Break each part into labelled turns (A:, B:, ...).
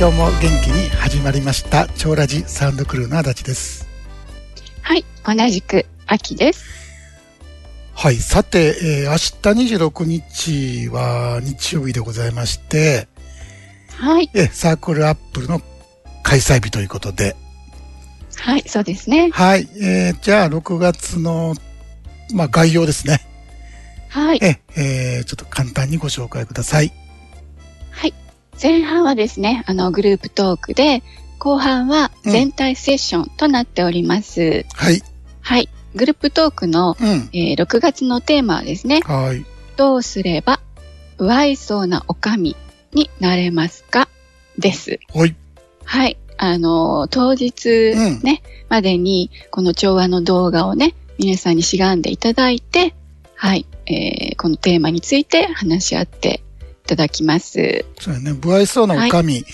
A: 今日も元気に始まりました超ラジサウンドクルーの足立です
B: はい、同じく秋です。
A: はいさて、えー、明日26日は日曜日でございまして
B: はい、
A: えーサークルアップルの開催日ということで
B: はい、そうですね。
A: はい、えー、じゃあ6月のまあ概要ですね
B: はい、
A: えーえーちょっと簡単にご紹介ください
B: 前半はですね、あのグループトークで、後半は全体セッションとなっております。
A: はい
B: はい、グループトークの、
A: うん
B: えー6月のテーマはですね、
A: はい
B: どうすれば不愛想なおかみになれますかです。
A: はい
B: はい、あのー当日
A: うん
B: ね、までにこの調和の動画をね、皆さんにしがんでいただいて、はい、えーこのテーマについて話し合っていただきます。
A: そうやね不愛想なおかみ、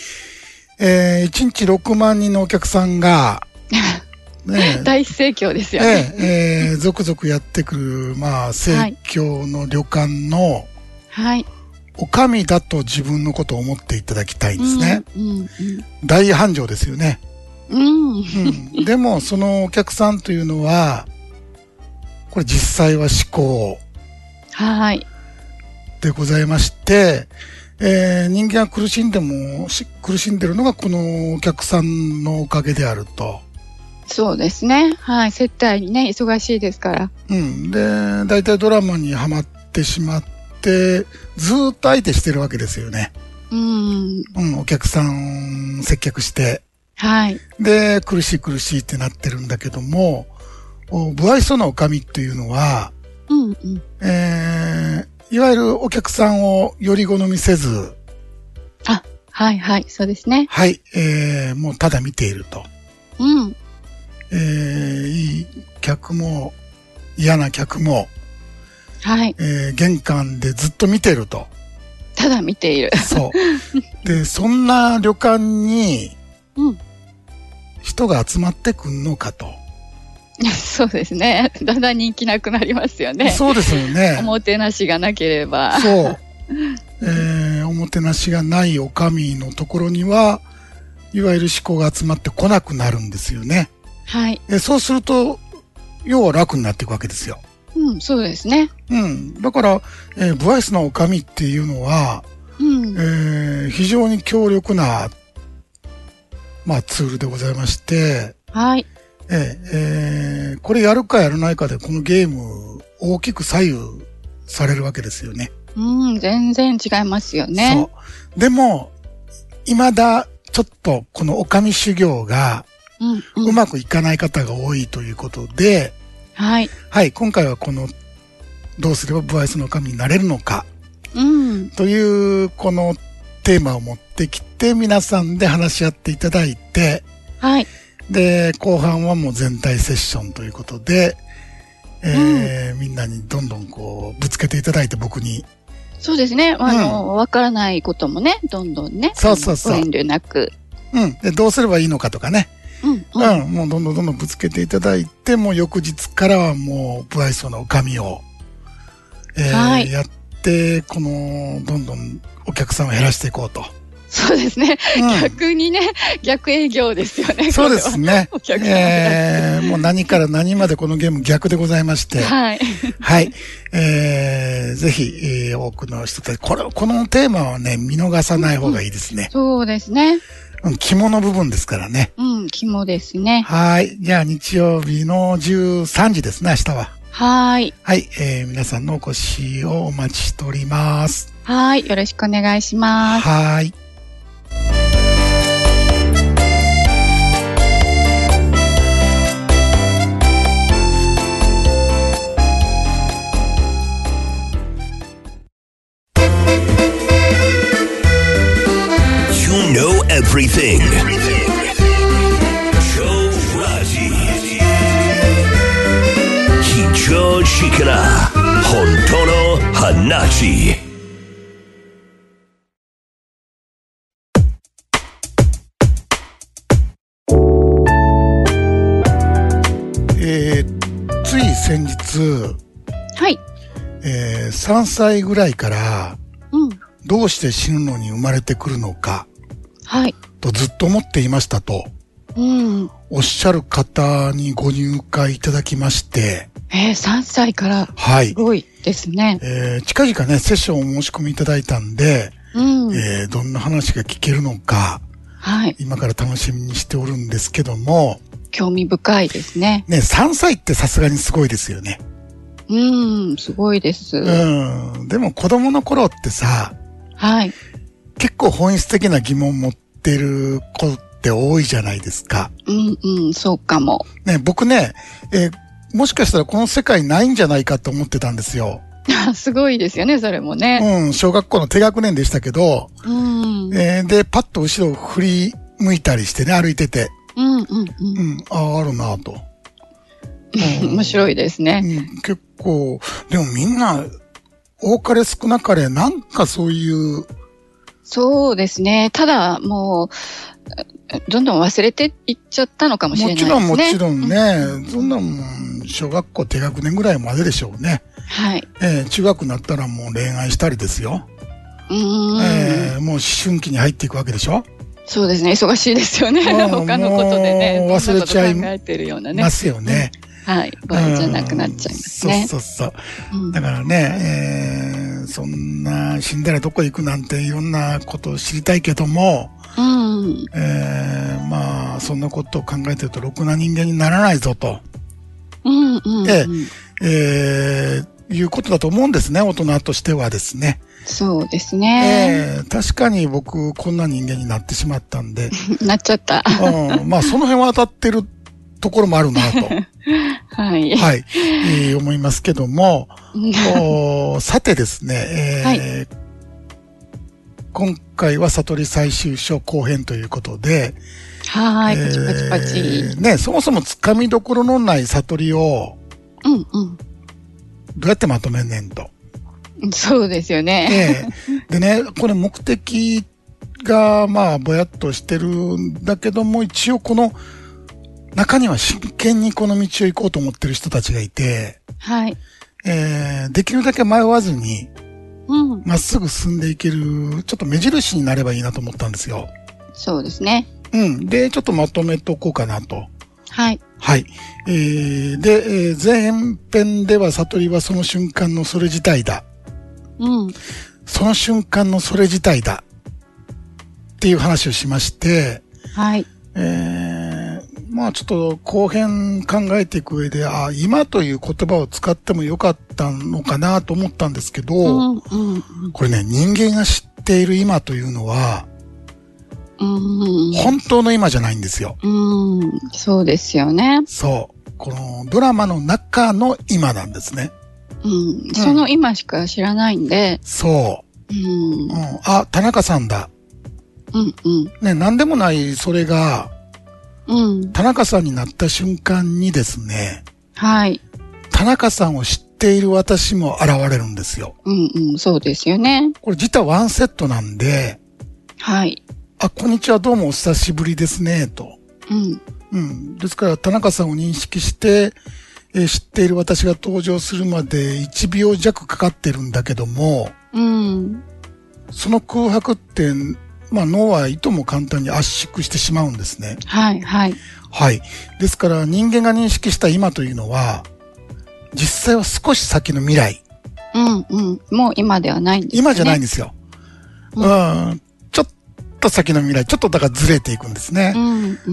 A: えー、1日6万人のお客さん がね
B: 大盛況ですよね。
A: えええー続々やってくる、まあ、
B: はい
A: 政教の旅館の、
B: はい。
A: お上だと自分のことを思っていただきたいんですね。
B: うん。
A: 大繁盛ですよね。
B: うん。うん。
A: うん、でも、そのお客さんというのは、これ実際は思考
B: はい。
A: でございまして、えー人間が苦しんでも、し苦しんでるのがこのお客さんのおかげであると。
B: そうですね。はい。接待にね、忙しいですから。
A: うん。で、大体ドラマにはまってしまって、ずーっと相手してるわけですよね。
B: うん。
A: うん、お客さん接客して、
B: はい。
A: で、苦しい苦しいってなってるんだけども、お不愛想なおかみっていうのは、
B: うん。うん。
A: えー、いわゆるお客さんをより好みせず、
B: はい。はい。そうですね。
A: はい、えー、もうただ見ていると。
B: うん。
A: えー、いい客も、嫌な客も、
B: はい。
A: えー、玄関でずっと見てる と。
B: ただ見ている。
A: そう。で、そんな旅館に
B: うん。
A: 人が集まってくんのかと。
B: そうですね。だんだん人気なくなりますよね。
A: そうですよね。
B: おもてなしがなければ。
A: そう。えーおもてなしがないお上のところには、いわゆる思考が集まってこなくなるんですよね。
B: はい。
A: えそうすると、要は楽になっていくわけですよ。
B: うん、そうですね。
A: うん。だから、えー、ブアイスなお上っていうのは、
B: うん
A: え。ー非常に強力な、まあツールでございまして、
B: はい。
A: えーえーこれやるかやらないかでこのゲーム大きく左右されるわけですよね。
B: うん、全然違いますよね。
A: そう。でも、未だ、ちょっと、このおかみ修行が、
B: うん、
A: う
B: うん。
A: まくいかない方が多いということで、
B: はい。
A: はい、今回はこの、どうすれば不愛想のおかみになれるのか、
B: うん。
A: という、このテーマを持ってきて、皆さんで話し合っていただいて、
B: はい。
A: で、後半はもう全体セッションということで、えーみんなにどんどんこう、ぶつけていただいて僕に、
B: そうですね。あの、わからないこともね、どんどんね。
A: そうそうそう
B: あの遠慮なく。
A: うん、で、どうすればいいのかとかね、
B: うん、うん。
A: うん、もうどんどんどんどんぶつけていただいて、もう翌日からはもう、不愛想なおかみを、えー
B: はい
A: やって、この、どんどんお客さんを減らしていこうと。
B: そうですね。
A: う
B: 逆にね、逆営業ですよね。
A: ん、そうですね
B: こ。れは。お客様が
A: えー、もう何から何までこのゲーム逆でございまして、
B: はい。
A: はい。えー、ぜひ、えー多くの人たち、これ、このテーマはね、見逃さない方がいいですね。
B: そうですね。
A: うん、肝の部分ですからね。
B: うん、肝ですね。
A: はい。じゃあ、日曜日の13時ですね、明日は。
B: はい。
A: はい、えー皆さんのお越しをお待ちしております。
B: はい。よろしくお願いします。
A: はーい。
C: You know everything. Joe Raji. Hicho Shikara. Hontono Hanachi.
A: えーつい先日、
B: はい。
A: えー3歳ぐらいから
B: うん。
A: どうして死ぬのに生まれてくるのか
B: はい。
A: とずっと思っていましたと
B: うん。
A: おっしゃる方にご入会いただきまして、
B: えー、3歳から
A: はい
B: す。ごいですね。
A: えー近々ね、セッションをお申し込みいただいたんで、
B: うん。
A: えーどんな話が聞けるのか、
B: はい。
A: 今から楽しみにしておるんですけども、
B: 興味深いですね。
A: ね、3歳ってさすがにすごいですよね。
B: うん、すごいです。
A: うん。でも子供の頃ってさ、
B: はい。
A: 結構本質的な疑問持ってる子って多いじゃないですか。
B: うん、うん、そうかも。
A: ね、僕ね、えーもしかしたらこの世界ないんじゃないかと思ってたんですよ。
B: すごいですよね、それもね。
A: うん、小学校の低学年でしたけど、
B: うん。うん、
A: えーで、パッと後ろを振り向いたりしてね、歩いてて、
B: うん、うん。
A: うん、ああ、あるなぁと。
B: 面白いです
A: う
B: ね。
A: ん、結構、でもみんな、多かれ少なかれ、なんかそういう、
B: そうですね。ただ、もう、どんどん忘れていっちゃったのかもしれな
A: も
B: いで
A: ち
B: すね。
A: ろんもちろんね、そんなもん、小学校低学年ぐらいまででしょうね。
B: はい。
A: えー中学になったらもう恋愛したりですよ。
B: うーん、
A: えーもう思春期に入っていくわけでしょ
B: そうですね。忙しいですよね。
A: うん
B: 他のことでね。
A: もう忘れちゃい
B: そんなこと考えてるようなね
A: ま。すよね。
B: はい。場合じゃなくなっちゃいますね。
A: そうそうそう。
B: うん
A: だからね、えーそんな死んだらどこ行くなんていろんなことを知りたいけども、
B: うん。
A: えーまあ、そんなことを考えてると、ろくな人間にならないぞと、
B: うん。うん。
A: え
B: うん
A: えーいうことだと思うんですね、大人としてはですね。
B: そうです
A: え
B: ね。
A: ー確かに僕、こんな人間になってしまったん で、
B: なっちゃった。
A: うん、まあ、その辺は当たってるところもあるな と、
B: はい。
A: はい、えー思いますけど も、
B: うん
A: おーさてですね、えー今回は悟り最終章後編ということで、
B: はい。
A: え
B: パチパチ
A: ー
B: パチ。
A: ね、そもそもつかみどころのない悟りを
B: うんうん
A: どうやってまとめんねんと。
B: うん。そうですよね。
A: ええでね、これ目的がまあぼやっとしてるんだけども、一応この中には真剣にこの道を行こうと思ってる人たちがいて、
B: はい。
A: えーできるだけ迷わずに
B: うん。
A: まっすぐ進んでいける、ちょっと目印になればいいなと思ったんですよ。
B: そうですね。
A: うん。で、ちょっとまとめとこうかなと。
B: はい。
A: はい。えー、で、えー前編では悟りはその瞬間のそれ自体だ。
B: うん。
A: その瞬間のそれ自体だ。っていう話をしまして、
B: はい。
A: えー、まあちょっと後編考えていく上で、あ、今という言葉を使ってもよかったのかなと思ったんですけど、
B: うんうん
A: これね、人間が知っている今というのは、
B: うん。
A: 本当の今じゃないんですよ。
B: うん。うん。そうですよね。
A: そう。このドラマの中の今なんですね。
B: うん。その今しか知らないんで。
A: そうう。
B: ん
A: う。ん、あ、田中さんだ。
B: うんうん。
A: ね、なんでもないそれが、
B: うん。
A: 田中さんになった瞬間にですね、
B: はい。
A: 田中さんを知っている私も現れるんですよ。
B: うんうん。そうですよね。
A: これ実はワンセットなんで、
B: はい。
A: あ、こんにちは、どうもお久しぶりですね、と。
B: うん。
A: うん。ですから、田中さんを認識して、えー知っている私が登場するまで1秒弱かかってるんだけども、
B: うん。
A: その空白って、まあ脳はいとも簡単に圧縮してしまうんですね。
B: はいはい。
A: はい。ですから人間が認識した今というのは、実際は少し先の未来。
B: うんうん。もう今ではないんです、ね。
A: 今じゃないんですよ。うん。ちょっと先の未来。ちょっとだからずれていくんです
B: う
A: ね。
B: んう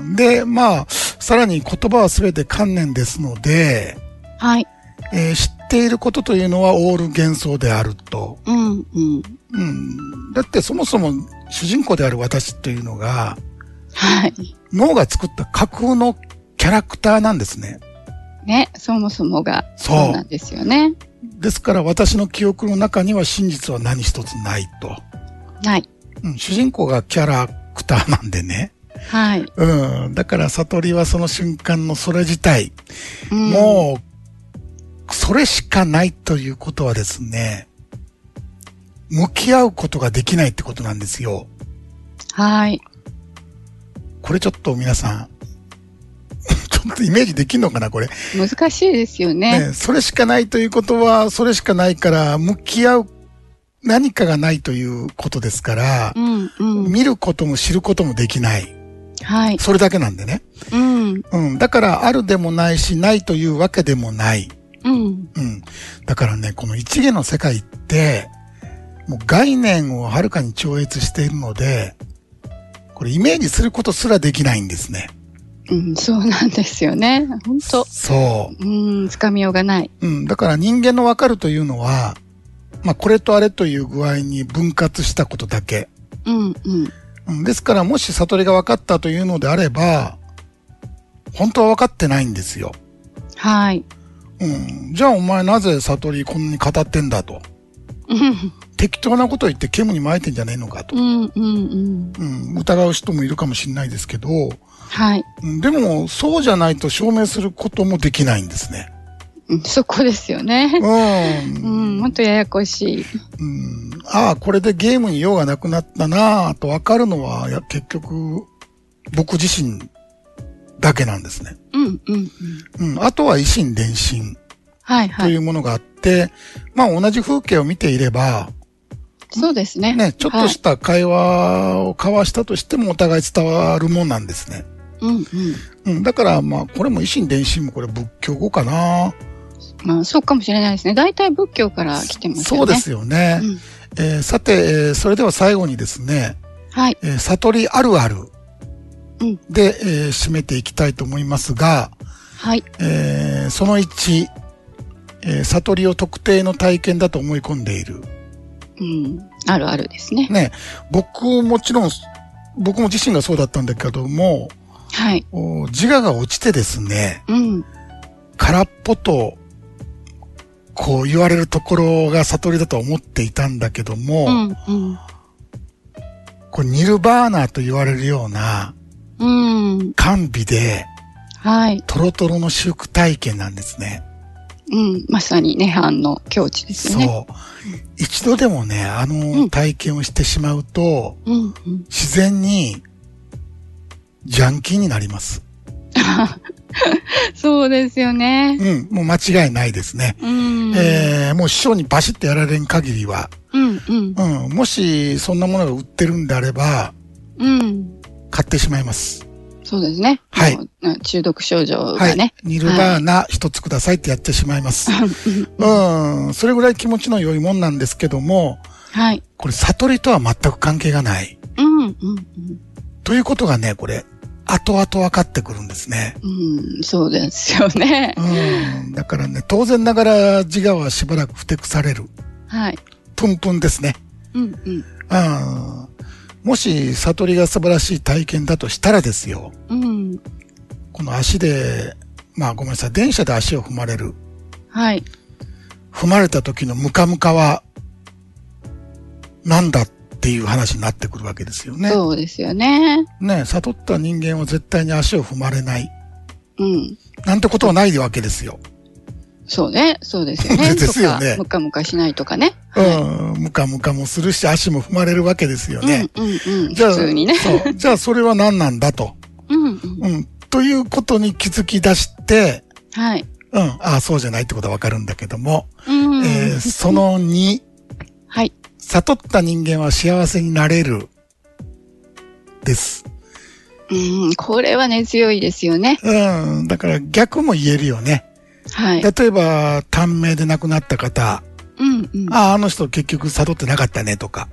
A: うん。で、まあ、さらに言葉は全て観念ですので、
B: はい。
A: えー知っていることというのはオール幻想であると。
B: うんうん。
A: うん。だってそもそも主人公である私というのが、
B: はい。
A: 脳が作った架空のキャラクターなんですね。
B: ね、そもそもが
A: そう
B: そうなんですよね。
A: ですから私の記憶の中には真実は何一つないと。
B: はい。
A: うん、主人公がキャラクターなんでね。
B: はい。
A: うん。だから悟りはその瞬間のそれ自体、
B: うん
A: もう、それしかないということはですね、向き合うことができないってことなんですよ。
B: はい。
A: これちょっと皆さん、 ちょっとイメージできんのかなこれ。
B: 難しいですよね。
A: ね、それしかないということは、それしかないから、向き合う何かがないということですから、
B: うん、うん。
A: 見ることも知ることもできない。
B: はい。
A: それだけなんでね。
B: うん、
A: うん。だから、あるでもないし、ないというわけでもない。
B: うん。
A: うん。だからね、この一元の世界って、もう概念をはるかに超越しているので、これイメージすることすらできないんですね。
B: うん、そうなんですよね。本当
A: そ
B: うん、つかみようがない。
A: う。うん。だから人間のわかるというのは、まあこれとあれという具合に分割したことだけ。
B: うん、うん。
A: うん。ですからもし悟りが分かったというのであれば、本当は分かってないんですよ。
B: はい。
A: うん。じゃあお前なぜ悟りこんなに語ってんだと。
B: うん、
A: 適当なこと言って煙に巻いてんじゃねえのかと。
B: うん、うん。
A: うん、疑う人もいるかもしれないですけど、
B: はい。
A: うんでも、そうじゃないと証明することもできないんですね。
B: うんそこですよね。う、
A: うん
B: ほんとややこしい。
A: ん。ああ、これでゲームに用がなくなったなぁとわかるのは、や結局、僕自身だけなんですね。
B: うん、うん、うん。
A: うん。あとは維心伝心
B: はい、
A: と
B: はいい。
A: うものがあって、まあ同じ風景を見ていれば、
B: そうですね。
A: ね、ちょっとした会話を交わしたとしてもお互い伝わるもんなんですね。
B: はい、うん、うん。
A: うん。だから、まあ、これも維心伝心もこれ仏教語かな
B: まあ、そうかもしれないですね。大体仏教から来てます
A: そ
B: よね。
A: うですよね。
B: うん
A: えーさて、えーそれでは最後にですね、
B: はい。
A: えー悟りあるある
B: うん
A: で、えー締めていきたいと思いますが、
B: はい。
A: えーその1、えー悟りを特定の体験だと思い込んでいる。
B: うん。あるあるですね。
A: ね、僕もちろん、僕も自身がそうだったんだけども、
B: はい。
A: お自我が落ちてですね、
B: うん。
A: 空っぽと、こう言われるところが悟りだと思っていたんだけども、
B: うん、うん。
A: こうニルバーナーと言われるような、
B: うん。
A: 甘美で、
B: はい。
A: トロトロの修復体験なんですね。
B: うん。まさに涅槃の境地ですよね。
A: そう。一度でもね、あ
B: う
A: の
B: ん
A: 体験をしてしまうと、
B: う。うん、うん。
A: 自然に、ジャンキーになります。
B: そうですよね。
A: うん、もう間違いないですね。
B: うん。
A: えー、もう師匠にバシッとやられん限りは、
B: うん、うん。
A: うん、もしそんなものが売ってるんであれば、
B: うん。
A: 買ってしまいます。
B: そうですね。
A: はい
B: もう。うん中毒症状
A: は
B: が
A: い。
B: ね。
A: ニルバーナ一つくださいってやってしまいます。うん、それぐらい気持ちの良いもんなんですけども、
B: はい。
A: これ悟りとは全く関係がない。
B: うん、うん、うん。
A: ということがね、これ、後々分かってくるんですね。
B: うん、そうですよね。
A: うん。だからね、当然ながら自我はしばらくふてくされる。
B: はい。
A: プンプンですね。
B: うん、うん。
A: うん。もし、悟りが素晴らしい体験だとしたらですよ。
B: うん。
A: この足で、まあごめんなさい、電車で足を踏まれる。
B: はい。
A: 踏まれた時のムカムカは、なんだっていう話になってくるわけですよね。
B: そうですよね。
A: ね、悟った人間は絶対に足を踏まれない。
B: うん。
A: なんてことはないわけですよ。
B: そうね。そうですよ ね。
A: ですよね
B: とかムカムカしないとかね。
A: うん、ムカムカもするし、足も踏まれるわけですよね。
B: うん、うん、うん。普通にね。
A: そう。じゃあ、それは何なんだと。
B: うん、うん。
A: うん。ということに気づき出して、
B: はい。
A: うん、ああ、そうじゃないってことはわかるんだけども、
B: うん。
A: えーその2、
B: はい。
A: 悟った人間は幸せになれる。です。
B: うん、これはね、強いですよね。
A: うん、だから逆も言えるよね。
B: はい。
A: 例えば、短命で亡くなった方、
B: うん、うん。
A: ああ、あの人結局悟ってなかったねとか。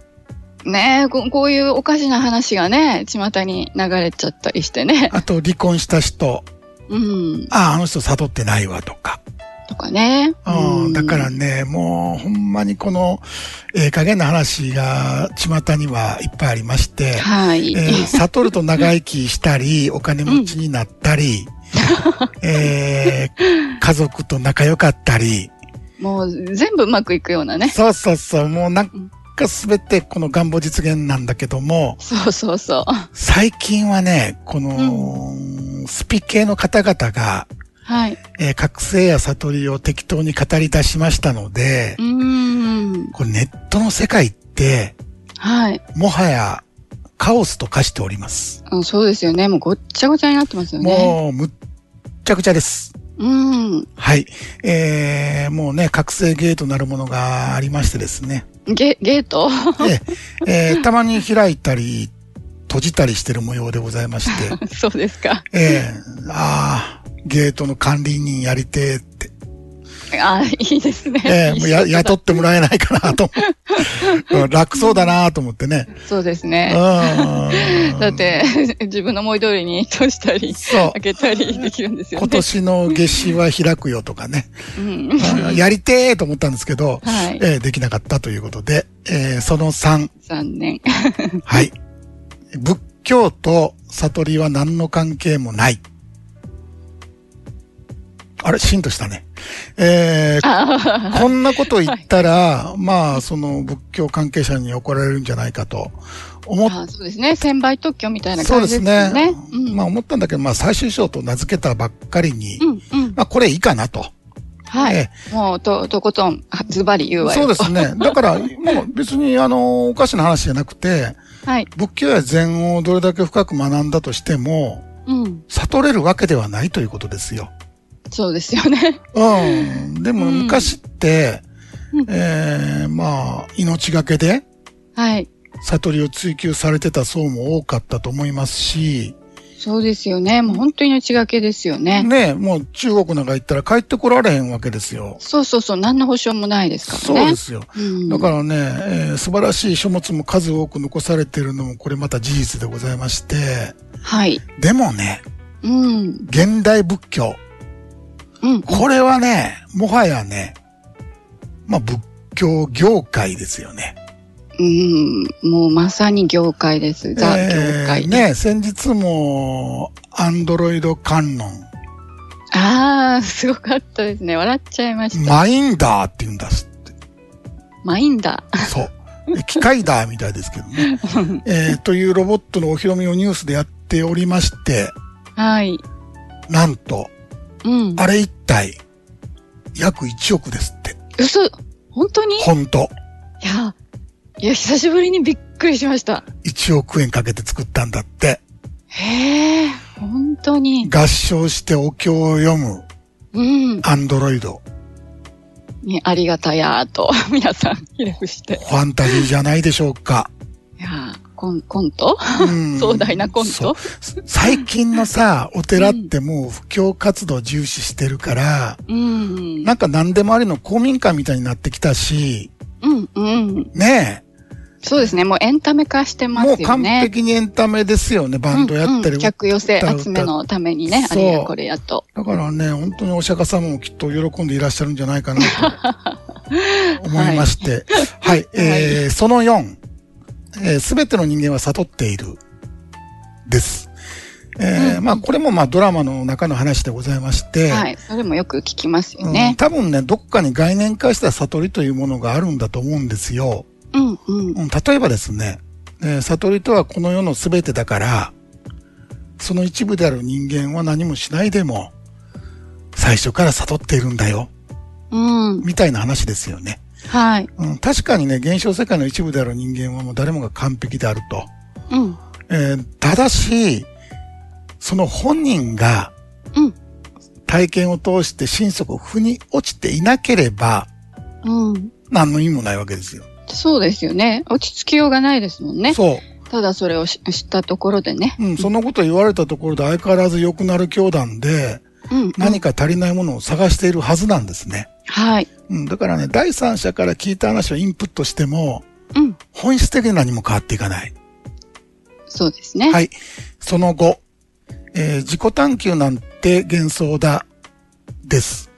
B: ねえこ、こういうおかしな話がね、巷に流れちゃったりしてね。
A: あと、離婚した人、
B: うん。
A: ああ、あの人悟ってないわとか。
B: とかね。
A: うん、だから。ね、もうほんまにこの、ええ加減な話が巷にはいっぱいありまして、
B: はい。
A: えー悟ると長生きしたり、お金持ちになった り、えー家族と仲良かったり、
B: もう全部うまくいくようなね。
A: そうそうそう、もうなんかすべてこの願望実現なんだけども、
B: そうそうそう。
A: 最近はね、この、スピ系の方々が、
B: はい。
A: えー覚醒や悟りを適当に語り出しましたので
B: う、ーん。
A: これネットの世界って、
B: はい。
A: もはやカオスと化しております。
B: うんそうですよね。もうごっちゃごちゃになってますよね。
A: もう、むっちゃくちゃです。
B: うん。
A: はい。えー、もうね、覚醒ゲートなるものがありましてですね。
B: ゲゲート
A: で、えーたまに開いたり、閉じたりしてる模様でございま して、
B: そうですか。
A: えー、ああ、ゲートの管理人やりてーって、
B: ああ、いいですね。
A: えー、
B: いい
A: もうや
B: 仕事だ
A: 雇ってもらえないかなと思って、うん楽そうだなと思って ね。
B: そうです
A: う
B: ね。
A: ん
B: だっ、て、 自分の思い通りに閉じたり、
A: そう
B: 開。けたりできるんですよ ね。
A: 今年の夏至は開くよとかね。
B: うん。
A: うんやりてーと思ったんですけど、
B: はい
A: えーできなかったということで、えーその3、
B: 残念。
A: はい。仏教と悟りは何の関係もない。あれ、シンとしたね。えー
B: あ
A: こんなこと言ったら、まあ、その仏教関係者に怒られるんじゃないかと思っ
B: あ、そうですね。専売特許みたいな
A: そうで
B: 感じ
A: す
B: ですよ
A: ね。
B: ね。うん
A: まあ思ったんだけど、まあ最終章と名付けたばっかりに、
B: うん、うん。
A: まあこれいいかなと。
B: はい。
A: え
B: もう、と、とことん、はズバリ言うわよ。
A: そうですね。だから、もう別にあの、おかしな話じゃなくて、
B: はい。
A: 仏教や禅をどれだけ深く学んだとしても、
B: うん。
A: 悟れるわけではないということですよ。
B: そうですよね。
A: うん。でも
B: うん
A: 昔って、
B: うん
A: ええまあ、命がけで
B: はい。
A: 悟りを追求されてた層も多かったと思いますし、
B: そうですよね。もう本当に命がけですよね。
A: ねえ、もう中国なんか行ったら帰ってこられへんわけですよ。
B: そうそうそう。何の保証もないですからね。
A: そうですよ。
B: うん。
A: だからね、えー素晴らしい書物も数多く残されているのもこれまた事実でございまして、
B: はい。
A: でもね、
B: うん。
A: 現代仏教、
B: うん。
A: これはね、もはやね、まあ仏教業界ですよね。
B: うん。もうまさに業界です。ザ・業
A: え
B: 界
A: ーね、先日も、アンドロイド観音、
B: ああ、すごかったですね。笑っちゃいました。
A: マインダーって言うんだすって。
B: マインダ
A: そう。機械だみたいですけどね。えーというロボットのお披露目をニュースでやっておりまして、
B: ー。はい。
A: なんと、
B: うん。
A: あれ一体、約1億ですって。
B: 嘘本当にい
A: ほんと。
B: や、いや、久しぶりにびっくりしました。
A: 1億円かけて作ったんだって。
B: へえ、本当に。
A: 合唱してお経を読む
B: うん。
A: アンドロイド。
B: ねありがたやーと、 皆さん、ひれ伏して。
A: ファンタジーじゃないでしょう か。
B: いやーコン、コント
A: うん
B: 壮大なコン
A: そう
B: ト
A: 最近のさ、お寺ってもう布教活動重視してるから、
B: うん。
A: なんか何でもありの公民館みたいになってきたし、
B: うん、うん。
A: ね
B: そうですね。もうエンタメ化して
A: え、
B: ます
A: も
B: よ
A: う
B: ね。
A: 完璧にエンタメですよね、バンドやった
B: うんう
A: り。
B: ん客寄せ
A: 歌う
B: 集めのためにね、あ
A: そう
B: れやこれやと。
A: だからね、本当にお釈迦様もきっと喜んでいらっしゃるんじゃないかな と思いまして。はい、えー、その4、えー、すべての人間は悟っている、です。えーまあこれもまあドラマの中の話でございまして、
B: はい。それもよく聞きますよ
A: うん、
B: ね。
A: 多分ね、どっかに概念化した悟りというものがあるんだと思うんですよ。
B: うん、うん。
A: うん、例えばですね、えー悟りとはこの世の全てだから、その一部である人間は何もしないでも、最初から悟っているんだよ、
B: うん。
A: みたいな話ですよね。
B: はい。
A: うん、確かにね、現象世界の一部である人間はもう誰もが完璧であると。
B: うん。
A: えーただし、その本人が
B: うん、
A: 体験を通して心底腑に落ちていなければ、
B: うん。
A: 何の意味もないわけですよ。
B: そうですよね。落ち着きようがないですもんね。
A: そう。
B: ただそれをし知ったところでね。
A: うん、そんなこと言われたところで相変わらず良くなる教団で、
B: うん。
A: 何か足りないものを探しているはずなんですね。
B: はい。
A: うん、だからね、第三者から聞いた話をインプットしても、
B: うん。
A: 本質的に何も変わっていかない。
B: そうですね。
A: はい。その後、えー自己探求なんて幻想だ、です。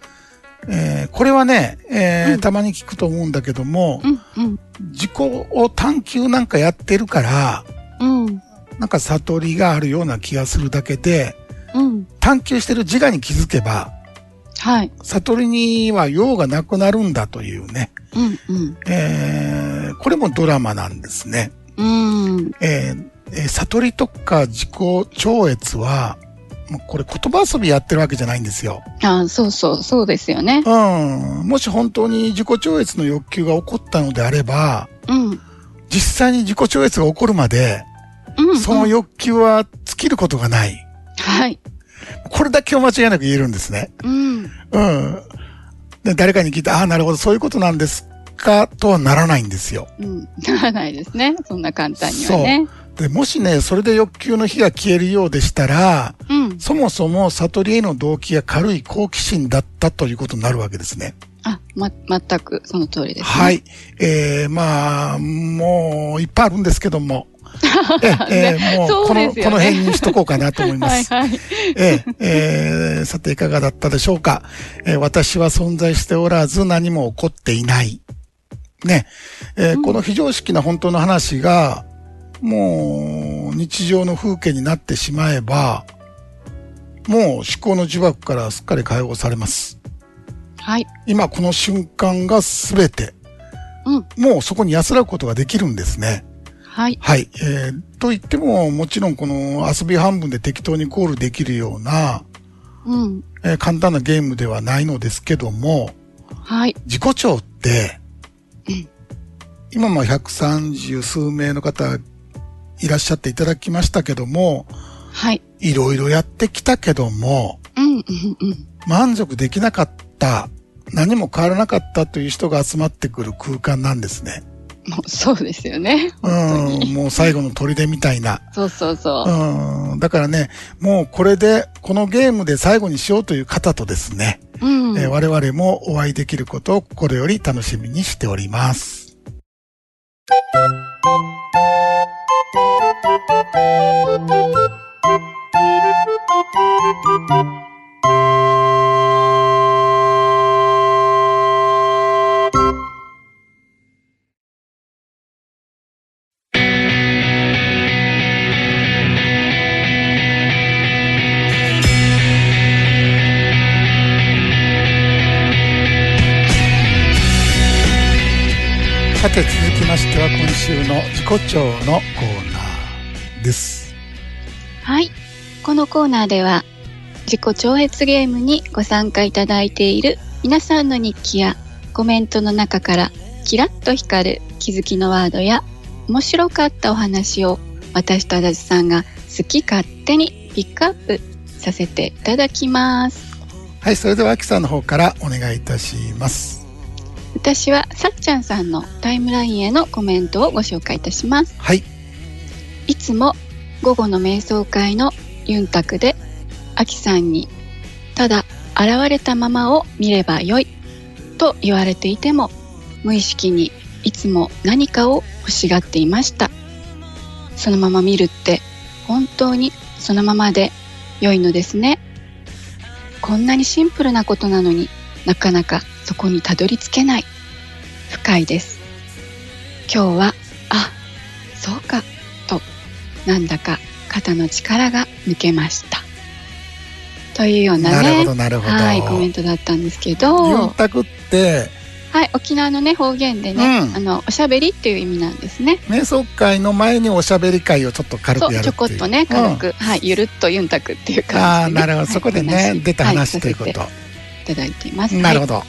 A: えーこれはね、えー
B: うん
A: たまに聞くと思うんだけども
B: う、ん、うん。
A: 自己を探求なんかやってるから、
B: うん。
A: なんか悟りがあるような気がするだけで、
B: うん。
A: 探求してる自我に気づけば、
B: はい。
A: 悟りには用がなくなるんだというね、
B: うん、うん。
A: えーこれもドラマなんですね。
B: うん。
A: えーえー悟りとか自己超越は、もうこれ言葉遊びやってるわけじゃないんですよ。
B: あーそうそう、そうですよね。
A: うん。もし本当に自己超越の欲求が起こったのであれば、
B: うん。うん
A: 実際に自己超越が起こるまで、
B: うん。
A: その欲求は尽きることがない。
B: はい。
A: これだけを間違いなく言えるんですね。
B: うん。
A: うん。で誰かに聞いて、ああ、なるほど、そういうことなんです果とはならないんですよ。
B: うん、ならないですね。そんな簡単にはね。
A: で、もしね、それで欲求の火が消えるようでしたら、
B: うん。
A: そもそも悟りへの動機が軽い好奇心だったということになるわけですね。
B: あ、ま、全くその通りです、ね。
A: は。い。えー、まあ、もう、いっぱいあるんですけど も。ええーもうこ
B: そう
A: の
B: ですよね
A: この辺にしとこうかなと思いま
B: はい
A: す。
B: はい。
A: えーえーさて、いかがだったでしょうか、えー私は存在しておらず、何も起こっていない。ね。えーこの非常識な本当の話が、もう、日常の風景になってしまえば、もう思考の呪縛からすっかり解放されます。
B: はい。
A: 今この瞬間が全て。
B: うん。
A: もうそこに安らぐことができるんですね。
B: はい。
A: はい。えー、と言っても、もちろんこの遊び半分で適当にゴールできるような、
B: うん。
A: えー簡単なゲームではないのですけども、
B: はい。
A: 自己調って
B: うん、
A: 今も130数名の方いらっしゃっていただきましたけども、
B: はい。
A: いろいろやってきたけども、
B: うん。うん。うん。
A: 満足できなかった、何も変わらなかったという人が集まってくる空間なんですね。
B: もうそうですよね。本当
A: う
B: に。
A: ん、もう最後の砦みたいな。
B: そうそう そう。
A: うん、だからね、もうこれで、このゲームで最後にしようという方とですね、
B: うん。
A: えー我々もお会いできることを心より楽しみにしております。さて続きましては今週の自己調のコーナーです。
B: はい。このコーナーでは、自己超越ゲームにご参加いただいている皆さんの日記やコメントの中から、キラッと光る気づきのワードや、面白かったお話を私と足立さんが好き勝手にピックアップさせていただきます。
A: はい、それでは秋さんの方からお願いいたします。
B: 私はさっちゃんさんのタイムラインへのコメントをご紹介いたします。
A: はい、
B: いつも午後の瞑想会のユンタクで、アキさんに、ただ現れたままを見ればよい、と言われていても、無意識にいつも何かを欲しがっていました。そのまま見るって、本当にそのままで良いのですね。こんなにシンプルなことなのになかなかそこにたどり着けない。深いです。今日は、あ、そうか。なんだか肩の力が抜けました。というような
A: なるほ
B: ね、
A: ど、なるほど。
B: はい、コメントだったんですけど、
A: ユン
B: は
A: タクって、
B: い、沖縄のね、方言でね、
A: うん
B: あの、おしゃべりっていう意味なんですね。
A: 瞑想会の前におしゃべり会をちょっと軽
B: そ
A: くや
B: う、
A: るっ
B: ちょ
A: ていう。
B: こっとね、軽く、はい、ゆるっとユンタクっていう
A: うん。ああー、
B: 感じで、ね。
A: なるほど。
B: はい
A: そこでね、出た話というこ。
B: お
A: と
B: 話。はいさせていただいています。
A: なるほ
B: ど。
A: ど。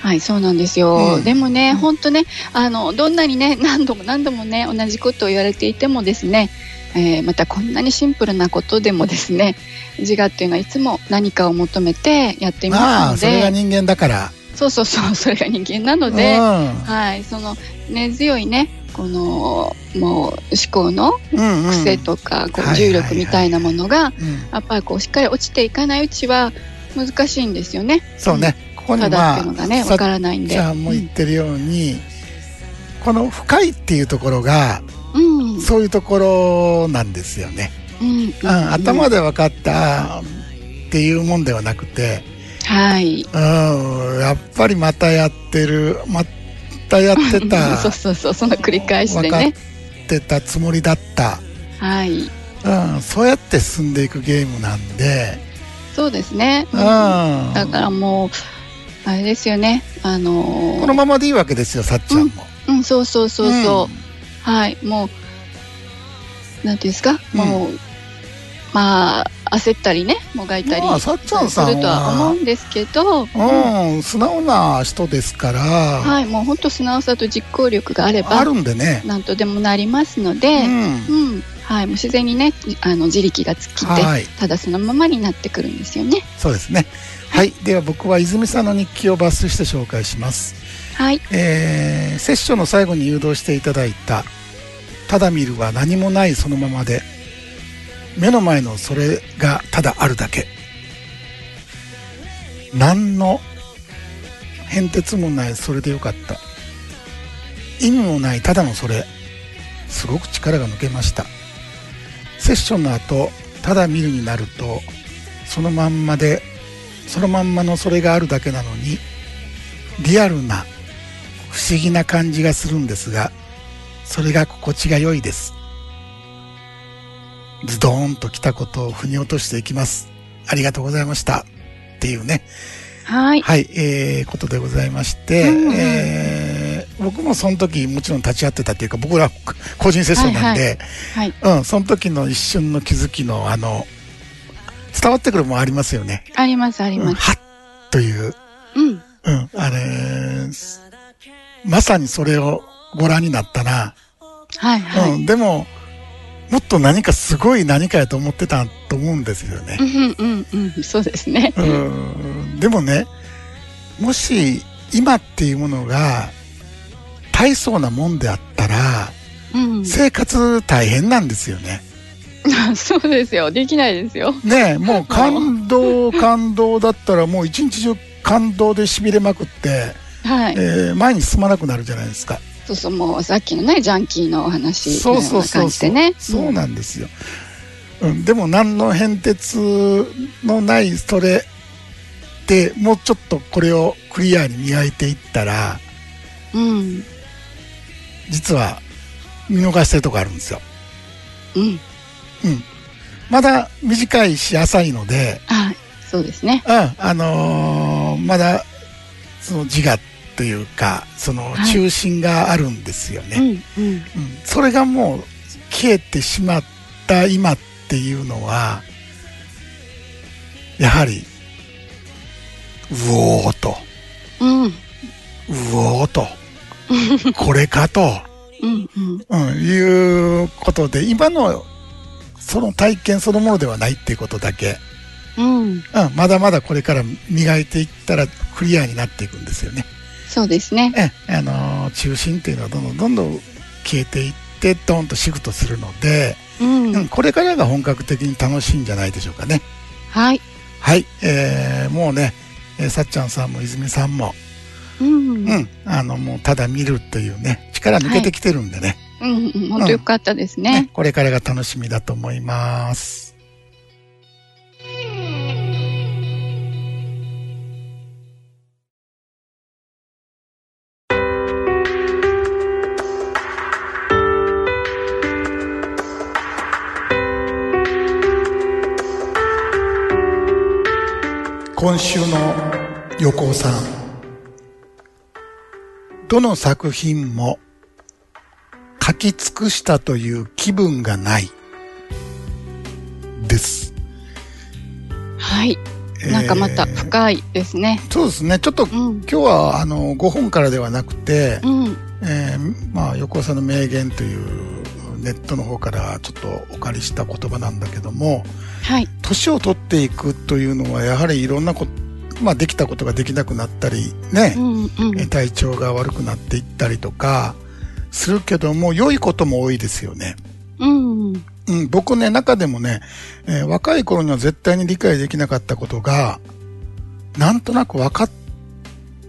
B: はい、そうなんですよ。
A: うん
B: でもね、
A: うん
B: 本当ね、あの、どんなにね、何度も何度もね、同じことを言われていてもですね、えーまたこんなにシンプルなことでもですね、自我っていうのはいつも何かを求めてやってい
A: ま
B: ま
A: あ、
B: す
A: そ
B: の
A: れが
B: で、
A: 人間だから。
B: そうそうそう、それが人間なので、はい、その根強いね、このもう思考の
A: うん。
B: 癖とか、こ
A: はいは
B: う
A: い
B: 重
A: はい
B: 力みたいなものが、
A: うん。うん
B: やっぱりこうしっかり落ちていかないうちは難しいんですよね。
A: そうね。ここに
B: ただ
A: ま
B: っ
A: あ、
B: ていうのがね、
A: さ
B: わ
A: っ
B: からないんで。
A: ちゃんも言ってるように、この深いっていうところが、
B: うん、
A: そういうところなんですよね。
B: うん、
A: うん。頭で分かったっていうもんではなくて、
B: はい。、
A: うん。やっぱりまたやってる、またやってた
B: そうそうそう、その繰り返しで
A: 分か
B: ね。
A: ってたつもりだった。
B: はい。
A: うん、そうやって進んでいくゲームなんで、
B: そうですね。
A: うん、
B: だからもう、あれですよね。あのー
A: このままでいいわけですよ、さっちゃんも。
B: うん、そうそうそうそう。
A: ん
B: はい。もう、なんていうんですか、
A: うん
B: もう、まあ、焦ったりね、もがいたり
A: まあ、さっちゃん
B: す
A: さん
B: るとは思
A: は
B: う、んですけど、うん
A: うん、素直な人ですから、
B: はい。もう本当素直さと実行力があれ
A: あ
B: ば
A: る、んでね。
B: なんとでもなりますので、
A: うん
B: うん、はい、もう自然にねあの自力が尽きて
A: はい
B: ただそのままになってくるんですよね。
A: そうですね。はい。では僕は泉さんの日記を抜粋して紹介します。
B: はい、
A: えー、セッションの最後に誘導していただいた、ただ見るは何もないそのままで、目の前のそれがただあるだけ。何の変哲もないそれでよかった。意味もないただのそれ。すごく力が抜けました。セッションの後、ただ見るになると、そのまんまで、そのまんまのそれがあるだけなのに、リアルな不思議な感じがするんですが、それが心地が良いです。ズドーンと来たことを腑に落としていきます。ありがとうございました。っていうね、
B: はい、
A: はい、えー、ことでございまして、
B: うんうん
A: えー、僕もその時もちろん立ち会ってたっていうか、僕ら個個人セッションなんで、
B: はい、
A: うん、その時の一瞬の気づきのあの、伝わってくるもんありますよね。
B: ありますあり
A: うん、
B: ます。
A: はっという、
B: うん、
A: うん、あれー、まさにそれをご覧になったな。
B: はいはい。
A: うん、でも、もっと何かすごい何かやと思ってたと思うんですよね。
B: うんうんうんうん、そうですね。
A: うん、でもね、もし今っていうものが大層なもんであったら、
B: うん、
A: 生活大変なんですよね。
B: そうですよ。できないですよ。
A: ねえ、もう感動、感動だったらもう一日中感動で痺れまくって、
B: はい。
A: えー前に進まなくなるじゃないですか。
B: そうそう、もうさっきのね、ジャンキーのお話の
A: そう
B: よう
A: そう
B: な
A: そ
B: 感
A: う
B: じ
A: そ
B: で
A: う、
B: ね。
A: そうなんですよ、うん、でも何の変哲のないそれでもうちょっとこれをクリアに磨いていったら
B: うん、
A: 実は見逃してるとこあるんですよ、
B: うん。
A: うん、まだ短いし浅いので、
B: あ、そうですね。
A: うんあのーまだその自我というかその
B: はい
A: 中心があるんですよね、
B: うん、うん。
A: うんそれがもう消えてしまった今っていうのは、やはり、うおーと、
B: うん、
A: うおーと、これかと、
B: うん、うん。
A: うん、いうことで、今のその体験そのものではないっていうことだけ、
B: うん、
A: うん、まだまだこれから磨いていったらクリアになっていくんですよね。
B: そうですね。
A: ええ、あのー中心っていうのはどんどんどんどん消えていって、ドーンとシフトするので、
B: うん、
A: うん、これからが本格的に楽しいんじゃないでしょうかね。
B: はい。
A: はい、えー、もうね、えーさっちゃんさんも泉さんも、
B: うん、
A: うん、あの、もうただ見るというね、力抜けてきてるんでね、
B: うん、うん、本当よかったです
A: ね
B: ね。
A: これからが楽しみだと思います。今週の横尾さん。どの作品も書き尽くしたという気分がない。です。
B: はい。なんかまた
A: えー
B: 深いですね。
A: そうですね。ちょっと
B: う
A: 今
B: ん、
A: 日はあの5本からではなくて、
B: うん、
A: えーまあ横尾さんの名言というネットの方からちょっとお借りした言葉なんだけども、
B: はい。
A: 年を取っていくというのはやはりいろんなこと、まあできたことができなくなったりね、
B: うん、うん、
A: えー体調が悪くなっていったりとかするけども良いことも多いですよね。
B: うん、うん、
A: うん、僕ね、中でもね、えー若い頃には絶対に理解できなかったことが、なんとなく分かっ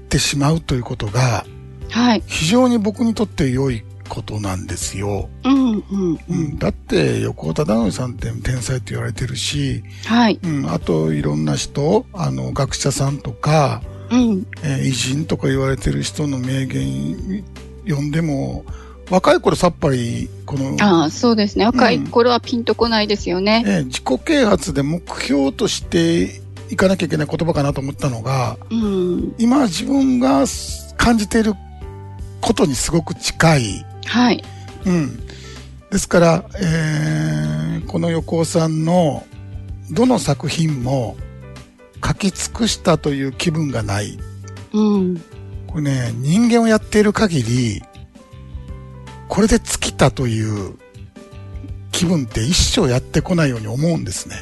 A: てしまうということが、
B: はい。
A: 非常に僕にとって良いことなんですよ。
B: うん、うん、
A: う、
B: うんん、
A: だって、横尾忠則さんって天才って言われてるし、
B: はい。
A: うん、あといろんな人、あの、学者さんとか、
B: うん、
A: えー偉人とか言われてる人の名言読んでも、若い頃さっぱり、この、
B: ああ、そうですね。若い頃はピンとこないですよね。
A: えー自己啓発で目標としていかなきゃいけない言葉かなと思ったのが、
B: うん、
A: 今自分がす感じていることにすごく近い。
B: はい。
A: うん。ですから、えーこの横尾さんのどの作品も書き尽くしたという気分がない。
B: うん、
A: これね、人間をやっている限り、これで尽きたという気気分って一生やってこないように思うんですね。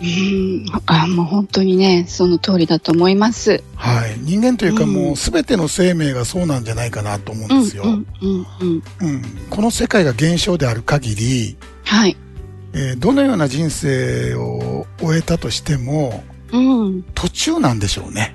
B: うんあもう本当にねその通りだと思います。
A: はい。人間というか
B: うん
A: もう全ての生命がそうなんじゃないかなと思う
B: うんん
A: ですよ。
B: うんうんうん
A: うんこの世界が現象である限り、
B: はい
A: えーどのような人生を終えたとしても、
B: うん
A: 途中なんでしょうね。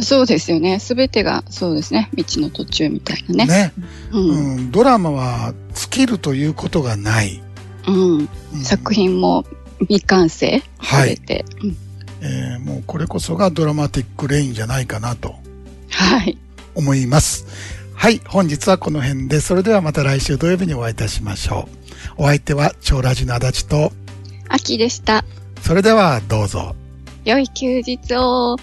B: そうですよねすべてがそうですね道の途中みたいなね。
A: ね。
B: うん
A: うん、ドラマは尽きるということがない。
B: うん
A: うん
B: 作品も未完成
A: は
B: さ
A: い
B: れて、うん
A: えーもうこれこそがドラマティックレインじゃないかなと
B: はい
A: 思います。はい、本日はこの辺で、それではまた来週土曜日にお会いいたしましょう。お相手は超ラジの足立と、
B: 秋でした
A: それではどうぞ。
B: 良い休日を